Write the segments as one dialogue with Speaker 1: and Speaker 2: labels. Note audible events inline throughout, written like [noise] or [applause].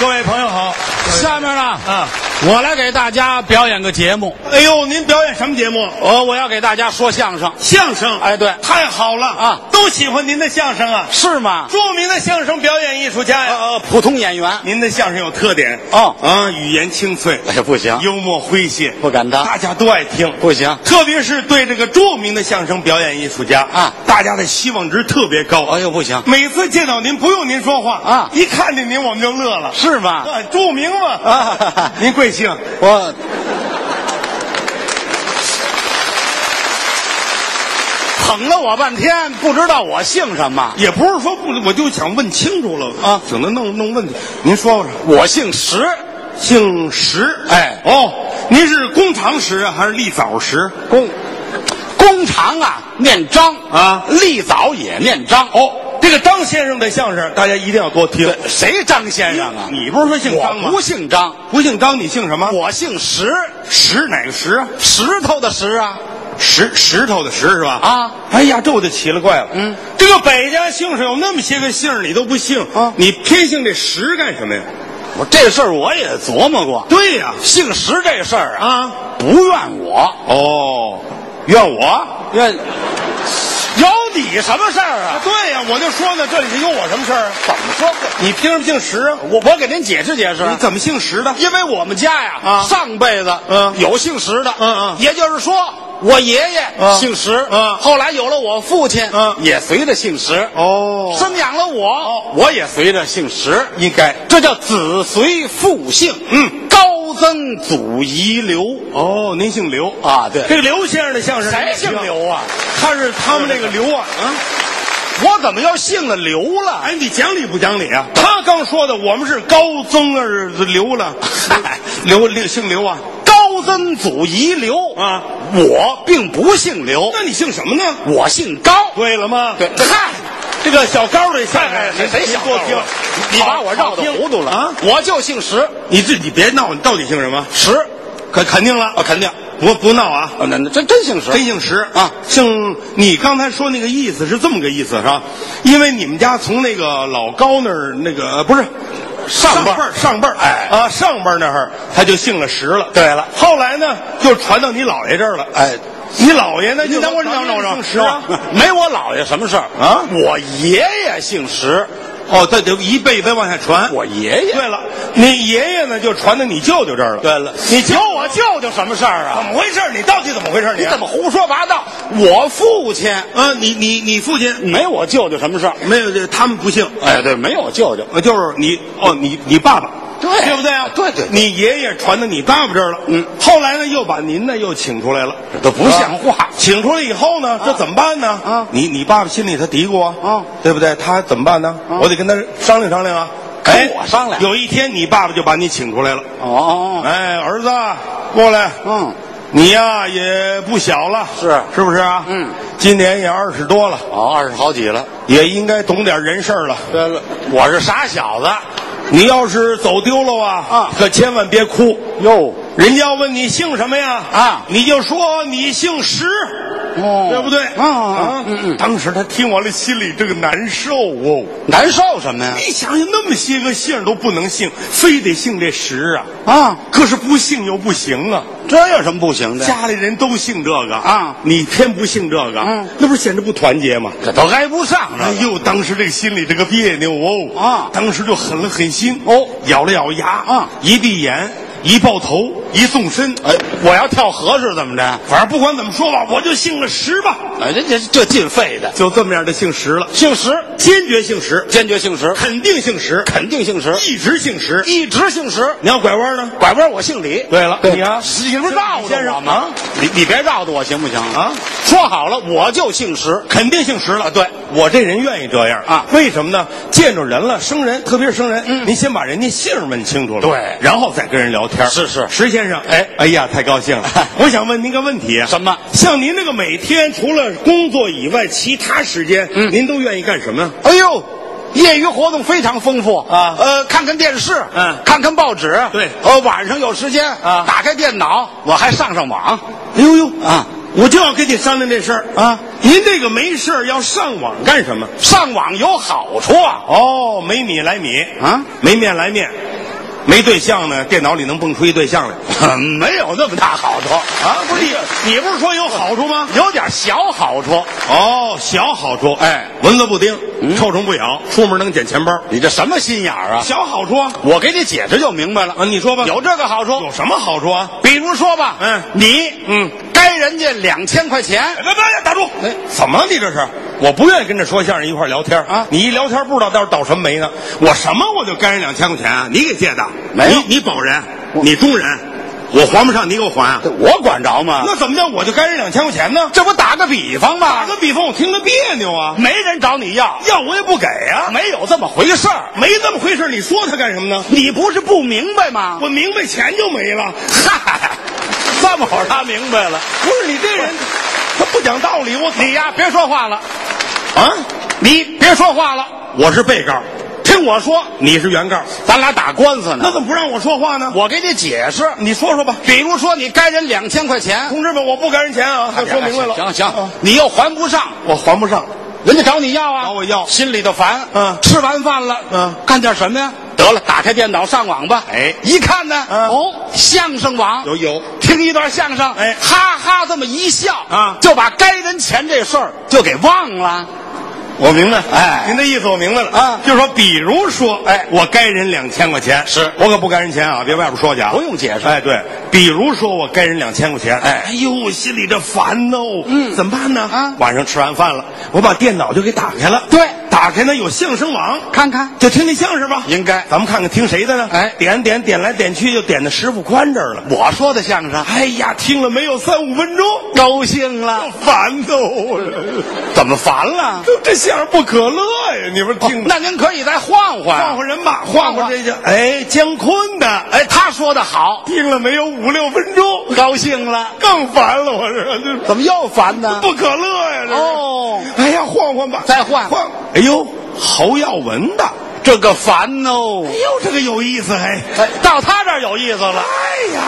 Speaker 1: 各位朋友好，
Speaker 2: 下面呢，
Speaker 1: 啊，
Speaker 2: 我来给大家表演个节目。哦
Speaker 1: 哎呦，您表演什么节目？
Speaker 2: 我我要给大家说相声。
Speaker 1: 相声。
Speaker 2: 哎对
Speaker 1: 太好了
Speaker 2: 啊
Speaker 1: 都喜欢您的相声啊，
Speaker 2: 是吗？
Speaker 1: 著名的相声表演艺术家呀。
Speaker 2: 呃，普通演员。
Speaker 1: 您的相声有特点
Speaker 2: 哦
Speaker 1: 啊，语言清脆，
Speaker 2: 哎，不行，
Speaker 1: 幽默诙谐，
Speaker 2: 不敢当
Speaker 1: 大家都爱听。
Speaker 2: 不行。
Speaker 1: 特别是对这个著名的相声表演艺术家
Speaker 2: 啊，
Speaker 1: 大家的期望值特别高。
Speaker 2: 哎呦，不行，
Speaker 1: 每次见到您，不用您说话
Speaker 2: 啊
Speaker 1: 一看见您我们就乐了。
Speaker 2: 是吗？
Speaker 1: 啊，著名嘛
Speaker 2: 啊
Speaker 1: 您贵姓？
Speaker 2: 我捧了我半天，不知道我姓什么。
Speaker 1: 也不是说不，我就想问清楚了
Speaker 2: 啊
Speaker 1: 省得弄弄问题。您说说，
Speaker 2: 我姓石，
Speaker 1: 姓石，
Speaker 2: 哎
Speaker 1: 哦，您是工长石啊，还是立枣石？
Speaker 2: 工工长啊，念张
Speaker 1: 啊
Speaker 2: 立早也念张。哦，
Speaker 1: 这个张先生的相声，大家一定要多听。
Speaker 2: 谁张先生啊？
Speaker 1: 你不是说姓张吗？
Speaker 2: 我不姓张，
Speaker 1: 不姓张，你姓什么？
Speaker 2: 我姓石，
Speaker 1: 石哪个石啊？
Speaker 2: 石头的石啊。
Speaker 1: 石石头的石是吧？
Speaker 2: 啊！
Speaker 1: 哎呀，这我就奇了怪了。
Speaker 2: 嗯，
Speaker 1: 这个百家姓上有那么些个姓儿，你都不姓
Speaker 2: 啊
Speaker 1: 你偏姓这石干什么呀？
Speaker 2: 我这事儿我也琢磨过，
Speaker 1: 对呀、
Speaker 2: 姓石这事儿啊，
Speaker 1: 啊，
Speaker 2: 不怨我，
Speaker 1: 哦，怨我？
Speaker 2: 怨有你什么事儿啊？
Speaker 1: 对呀、我就说呢，这里头有我什么事儿啊？
Speaker 2: 怎么说不？
Speaker 1: 你凭什么姓石啊？
Speaker 2: 我我给您解释解释。
Speaker 1: 你怎么姓石的？
Speaker 2: 因为我们家呀，
Speaker 1: 啊
Speaker 2: 上辈子
Speaker 1: 嗯
Speaker 2: 有姓石的，
Speaker 1: 嗯嗯
Speaker 2: 也就是说我爷爷
Speaker 1: 嗯
Speaker 2: 姓石，
Speaker 1: 嗯
Speaker 2: 后来有了我父亲，
Speaker 1: 嗯
Speaker 2: 也随着姓石，
Speaker 1: 哦
Speaker 2: 生养了我，我也随着姓石，
Speaker 1: 应该
Speaker 2: 这叫子随父姓，
Speaker 1: 嗯，
Speaker 2: 高曾祖遗留
Speaker 1: 哦，您姓刘啊？
Speaker 2: 啊，对，
Speaker 1: 这个刘先生的相声
Speaker 2: 谁姓？刘啊？
Speaker 1: 他是他们这个刘啊啊！
Speaker 2: 我怎么又姓了刘了？
Speaker 1: 哎，你讲理不讲理啊？他刚说的，我们是高曾儿子刘了，刘刘姓刘啊？
Speaker 2: 高曾祖遗留
Speaker 1: 啊，
Speaker 2: 我并不姓刘，
Speaker 1: 那你姓什么呢？
Speaker 2: 我姓高。
Speaker 1: 对了吗？
Speaker 2: 对，嗨，
Speaker 1: 这个小高的相
Speaker 2: 哎
Speaker 1: 声，您
Speaker 2: 谁谁
Speaker 1: 您
Speaker 2: 想
Speaker 1: 多听
Speaker 2: 我？你把我绕的糊涂了
Speaker 1: 啊！！
Speaker 2: 我就姓石，
Speaker 1: 你自己别闹，你到底姓什么？
Speaker 2: 石
Speaker 1: 肯肯定了
Speaker 2: 啊，，肯定。
Speaker 1: 不不闹啊！
Speaker 2: 啊，那那真真姓石，
Speaker 1: 真姓石
Speaker 2: 啊
Speaker 1: 姓你刚才说那个意思是这么个意思是吧？因为你们家从那个老高那儿那个呃不是
Speaker 2: 上辈
Speaker 1: 辈
Speaker 2: 儿
Speaker 1: 儿上辈儿
Speaker 2: 哎
Speaker 1: 啊上辈儿那儿他就姓了石了。
Speaker 2: 对了
Speaker 1: 后来呢就传到你姥爷这儿了。
Speaker 2: 哎，
Speaker 1: 你姥爷呢？
Speaker 2: 您等会儿，等等等
Speaker 1: 姓石
Speaker 2: 会
Speaker 1: 啊？
Speaker 2: 儿，没我姥爷什么事儿
Speaker 1: 啊
Speaker 2: 我爷爷姓石，
Speaker 1: 哦，对对，一辈一辈往下传。
Speaker 2: 我爷爷。
Speaker 1: 对了，你爷爷呢就传到你舅舅这儿了。
Speaker 2: 对了，你有我舅舅什么事儿
Speaker 1: 怎
Speaker 2: 啊？
Speaker 1: 么回事？你到底怎么回事？
Speaker 2: 你怎
Speaker 1: 么？
Speaker 2: 么胡说八道？我父亲
Speaker 1: 啊，你你你父亲嗯
Speaker 2: 没我舅舅什么事儿？
Speaker 1: 没有？这他们不姓。
Speaker 2: 哎，对，没有我舅舅。
Speaker 1: 呃，就是你哦，你你爸爸，
Speaker 2: 对
Speaker 1: 对不对啊？
Speaker 2: 对对对
Speaker 1: 你爷爷传到你爸爸这儿了，
Speaker 2: 嗯，
Speaker 1: 后来呢又把您呢又请出来了，
Speaker 2: 这都不像话
Speaker 1: 嗯啊请出来以后呢，这怎么办呢？
Speaker 2: 啊
Speaker 1: 你你爸爸心里他嘀咕啊，
Speaker 2: 啊
Speaker 1: 对不对？他怎么办呢？我得跟他商量商量啊。
Speaker 2: 跟我商量
Speaker 1: 有一天你爸爸就把你请出来了，
Speaker 2: 哦，
Speaker 1: [laughs] 哎，儿子过来，
Speaker 2: 嗯，
Speaker 1: 你呀也不小了，
Speaker 2: 是
Speaker 1: 是不是啊？
Speaker 2: 嗯，
Speaker 1: 今年也二十多了，
Speaker 2: 哦，二十好几了。
Speaker 1: 也应该懂点人事儿了。
Speaker 2: 对了，我是傻小子。
Speaker 1: 你要是走丢了啊，
Speaker 2: 啊
Speaker 1: 可千万别哭。
Speaker 2: 哟，
Speaker 1: 人家要问你姓什么呀？
Speaker 2: 啊
Speaker 1: 你就说你姓石，
Speaker 2: 哦
Speaker 1: 对不对？
Speaker 2: 啊啊嗯嗯
Speaker 1: 当时他听完了，心里这个难受哦。
Speaker 2: 难受什么呀？
Speaker 1: 你想想，那么些个姓都不能姓，非得姓这石啊。
Speaker 2: 啊，
Speaker 1: 可是不姓又不行啊，
Speaker 2: 这有什么不行的？
Speaker 1: 家里人都姓这个
Speaker 2: 啊
Speaker 1: 你偏不姓这个，
Speaker 2: 嗯
Speaker 1: 那不是显得不团结吗？
Speaker 2: 这都挨不上
Speaker 1: 哎
Speaker 2: 这个
Speaker 1: 呦，当时这个心里这个别扭哦，
Speaker 2: 啊
Speaker 1: 当时就狠了狠心
Speaker 2: 哦
Speaker 1: 咬了咬牙
Speaker 2: 啊
Speaker 1: 一闭眼，一抱头，一纵身，
Speaker 2: 哎，我要跳河是怎么着？
Speaker 1: 反正不管怎么说吧，我就姓了石吧，
Speaker 2: 哎，这这这进肺的，
Speaker 1: 就这么样的姓石了，
Speaker 2: 姓石，
Speaker 1: 坚决姓石，
Speaker 2: 坚决姓石，
Speaker 1: 肯定姓石，
Speaker 2: 肯定姓石，
Speaker 1: 一直姓石。
Speaker 2: 一直姓石。
Speaker 1: 你要拐弯呢？
Speaker 2: 拐弯我姓李。
Speaker 1: 对了你啊
Speaker 2: 你不是绕
Speaker 1: 先
Speaker 2: 着
Speaker 1: 生
Speaker 2: 我吗？你你别绕着我行不行
Speaker 1: 啊？
Speaker 2: 说好了，我就姓石。
Speaker 1: 肯定姓石了。对我这人愿意这样
Speaker 2: 啊嗯
Speaker 1: 为什么呢？见着人了，生人，特别是生人，您先把人家姓儿问清楚了，
Speaker 2: 对
Speaker 1: 然后再跟人聊天。
Speaker 2: 是是
Speaker 1: 石先生，
Speaker 2: 哎
Speaker 1: 哎呀，太高兴
Speaker 2: [laughs]
Speaker 1: 了。我想问您个问题，啊
Speaker 2: 什么
Speaker 1: 像您这个每天除了工作以外，其他时间，
Speaker 2: 嗯
Speaker 1: 您都愿意干什么呀？
Speaker 2: 哎呦，业余活动非常丰富
Speaker 1: 啊
Speaker 2: 呃，看看电视，
Speaker 1: 嗯
Speaker 2: 看看报纸，
Speaker 1: 对
Speaker 2: 呃，晚上有时间
Speaker 1: 啊
Speaker 2: 打开电脑，我还上上网。
Speaker 1: 哎呦呦
Speaker 2: 啊！
Speaker 1: 我就要跟你商量这事儿
Speaker 2: 啊！
Speaker 1: 您这个没事儿要上网干什么？
Speaker 2: 上网有好处啊，
Speaker 1: 哦，没米来米
Speaker 2: 啊，
Speaker 1: 没面来面，没对象呢，电脑里能蹦出一对象来。嗯
Speaker 2: [laughs] 没有那么大好处啊！不是你，你不是说有好处吗？有点小好处。
Speaker 1: 哦，小好处，哎，蚊子不叮，
Speaker 2: 嗯
Speaker 1: 臭虫不咬，出门能捡钱包，
Speaker 2: 你这什么心眼儿啊？
Speaker 1: 小好处啊！
Speaker 2: 我给你解释就明白了。
Speaker 1: 啊，你说吧，
Speaker 2: 有这个好处，
Speaker 1: 有什么好处啊？
Speaker 2: 比如说吧，
Speaker 1: 嗯
Speaker 2: 你
Speaker 1: 嗯，
Speaker 2: 该人家两千块钱，
Speaker 1: 别别别，打住！哎，怎么了你这是？我不愿意跟着说相声一块儿聊天
Speaker 2: 啊
Speaker 1: 你一聊天不知道到时候倒什么霉呢。我什么我就干人两千块钱啊？你给借的？
Speaker 2: 没有
Speaker 1: 你你保人，你中人，我还不上，你给我还啊？
Speaker 2: 我管着吗？
Speaker 1: 那怎么叫我就干人两千块钱呢？
Speaker 2: 这不打个比方
Speaker 1: 打
Speaker 2: 吗？
Speaker 1: 个比方，我听着别扭啊。
Speaker 2: 没人找你要，
Speaker 1: 要我也不给啊，
Speaker 2: 没有这么回事儿。
Speaker 1: 没这么回事，你说他干什么呢？
Speaker 2: 你不是不明白吗？
Speaker 1: 我明白钱就没了，
Speaker 2: [laughs] 嗨，这么会儿他明白了。
Speaker 1: 不是你这人，他不讲道理，我
Speaker 2: 你呀，别说话了，
Speaker 1: 啊，
Speaker 2: 你别说话了，
Speaker 1: 我是被告，
Speaker 2: 听我说，
Speaker 1: 你是原告，
Speaker 2: 咱俩打官
Speaker 1: 那
Speaker 2: 司呢。
Speaker 1: 怎么不让我说话呢？
Speaker 2: 我给你解释，
Speaker 1: 你说说吧，
Speaker 2: 比如说你该人两千块钱，
Speaker 1: 同志们，我不干人钱啊，他说明白了，
Speaker 2: 行行
Speaker 1: 啊，
Speaker 2: 你又还不上，
Speaker 1: 我还不上，
Speaker 2: 人家找你要啊，
Speaker 1: 找我要
Speaker 2: 心里头烦。
Speaker 1: 嗯
Speaker 2: 吃完饭了，
Speaker 1: 嗯，
Speaker 2: 干点什么呀？得了，打开电脑上网吧。
Speaker 1: 哎
Speaker 2: 一看呢，
Speaker 1: 嗯
Speaker 2: 哦，相声网
Speaker 1: 有有，
Speaker 2: 听一段相声，
Speaker 1: 哎
Speaker 2: 哈哈，这么一笑
Speaker 1: 啊
Speaker 2: 就把该人钱这事儿就给忘了。
Speaker 1: 我明白，
Speaker 2: 哎
Speaker 1: 您的意思我明白了
Speaker 2: 啊
Speaker 1: 就是说，比如说，哎，我该人两千块钱，
Speaker 2: 是
Speaker 1: 我可不该人钱啊，别外边说去啊，
Speaker 2: 不用解释
Speaker 1: 哎，对，比如说我该人两千块钱，
Speaker 2: 哎
Speaker 1: 哎呦，我心里这烦哦，
Speaker 2: 嗯
Speaker 1: 怎么办呢？
Speaker 2: 啊
Speaker 1: 晚上吃完饭了，我把电脑就给打开了，
Speaker 2: 对
Speaker 1: 打开呢有相声网，
Speaker 2: 看看，
Speaker 1: 就听听相声吧，
Speaker 2: 应该
Speaker 1: 咱们看看听谁的呢？
Speaker 2: 哎
Speaker 1: 点点点来点去，就点到石富宽这儿了。
Speaker 2: 我说的相声，
Speaker 1: 哎呀，听了没有三五分钟，
Speaker 2: 高兴了，
Speaker 1: 烦的我，
Speaker 2: 怎么烦了？
Speaker 1: 这这相声不可乐呀！你们听着。
Speaker 2: 那您可以再换换，
Speaker 1: 换换人吧，换换这叫哎，姜昆的，
Speaker 2: 哎，他说的好，
Speaker 1: 听了没有五六分钟，
Speaker 2: 高兴了，
Speaker 1: 更烦了，我这这
Speaker 2: 怎么又烦呢？
Speaker 1: 不可乐呀！这是，
Speaker 2: 哦，
Speaker 1: 哎呀，换换吧，
Speaker 2: 再换
Speaker 1: 换，哎呦，侯耀文的，
Speaker 2: 这个烦哦。
Speaker 1: 哎呦，这个有意思哎，
Speaker 2: 哎，到他这儿有意思了。
Speaker 1: 哎呀，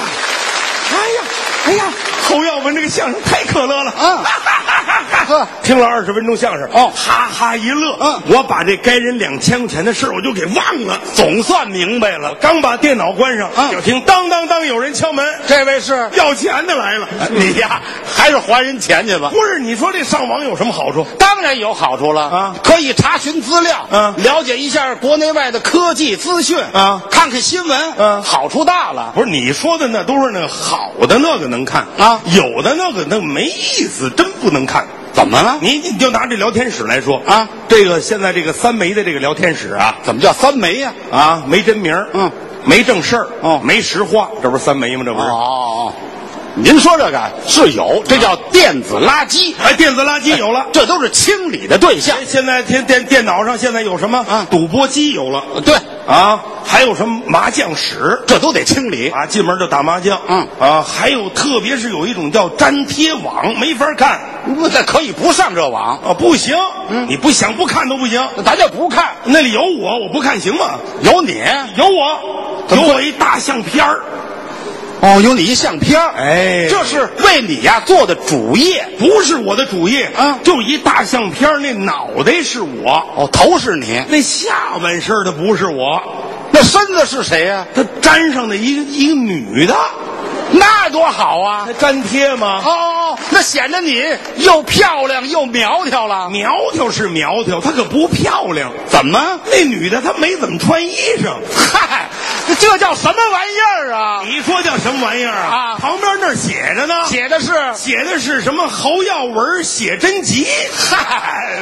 Speaker 1: 哎呀，哎呀，侯耀文这个相声太可乐了 [laughs]
Speaker 2: 啊呵，
Speaker 1: 听了二十分钟相声，
Speaker 2: 哦
Speaker 1: 哈哈一乐，
Speaker 2: 嗯，
Speaker 1: 我把这该人两千块钱的事儿我就给忘了。
Speaker 2: 总算明白了，
Speaker 1: 刚把电脑关上，
Speaker 2: 嗯
Speaker 1: 就听当当当有人敲门，
Speaker 2: 这位是
Speaker 1: 要钱的来了。
Speaker 2: 哎你呀，还是还人钱去吧。
Speaker 1: 不是，你说这上网有什么好处？
Speaker 2: 当然有好处了
Speaker 1: 啊
Speaker 2: 可以查询资料，
Speaker 1: 嗯
Speaker 2: 了解一下国内外的科技资讯
Speaker 1: 啊
Speaker 2: 看看新闻，
Speaker 1: 嗯
Speaker 2: 好处大了。
Speaker 1: 不是你说的那都是那好的那个能看
Speaker 2: 啊
Speaker 1: 有的那个那没意思，真不能看。
Speaker 2: 怎么了？
Speaker 1: 你你就拿这聊天室来说
Speaker 2: 啊，
Speaker 1: 这个现在这个三媒的这个聊天室啊
Speaker 2: 怎么叫三媒呀、
Speaker 1: 啊没真名儿
Speaker 2: 嗯，
Speaker 1: 没正事儿
Speaker 2: 哦
Speaker 1: 没实话，这不是三媒吗？这不是。
Speaker 2: 哦，您说这个是有，这叫电子垃圾，
Speaker 1: 哎，电子垃圾有了。哎
Speaker 2: 这都是清理的对象。
Speaker 1: 现在电电电脑上现在有什么
Speaker 2: 啊
Speaker 1: 赌博机有了
Speaker 2: 对，
Speaker 1: 啊，还有什么麻将室
Speaker 2: 这都得清理。
Speaker 1: 啊，进门就打麻将。
Speaker 2: 嗯
Speaker 1: 啊，还有特别是有一种叫粘贴网，没法看。
Speaker 2: 那可以不上这网，
Speaker 1: 啊，不行，
Speaker 2: 嗯
Speaker 1: 你不想不看都不行。
Speaker 2: 咱就不看。
Speaker 1: 那里有我，我不看行吗？
Speaker 2: 有你
Speaker 1: 有我，有我一大相片儿，
Speaker 2: 哦，有你一相片儿
Speaker 1: 哎
Speaker 2: 这是为你呀、做的主业
Speaker 1: 不是我的主意
Speaker 2: 啊
Speaker 1: 就一大相片儿，那脑袋是我，
Speaker 2: 哦，头是你，
Speaker 1: 那下半身儿的不是我，
Speaker 2: 那身子是谁呀、
Speaker 1: 他粘上的一个一个女的，
Speaker 2: 那多好啊！
Speaker 1: 还粘贴吗？
Speaker 2: 哦，那显得你又漂亮又苗条了。
Speaker 1: 苗条是苗条，她可不漂亮。
Speaker 2: 怎么？
Speaker 1: 那女的她没怎么穿衣裳，
Speaker 2: 嗨，这叫什么玩意儿啊？
Speaker 1: 你说叫什么玩意儿
Speaker 2: 啊
Speaker 1: 旁边那儿写着呢，
Speaker 2: 写的是
Speaker 1: 写的是什么侯耀文写真集？
Speaker 2: 嗨，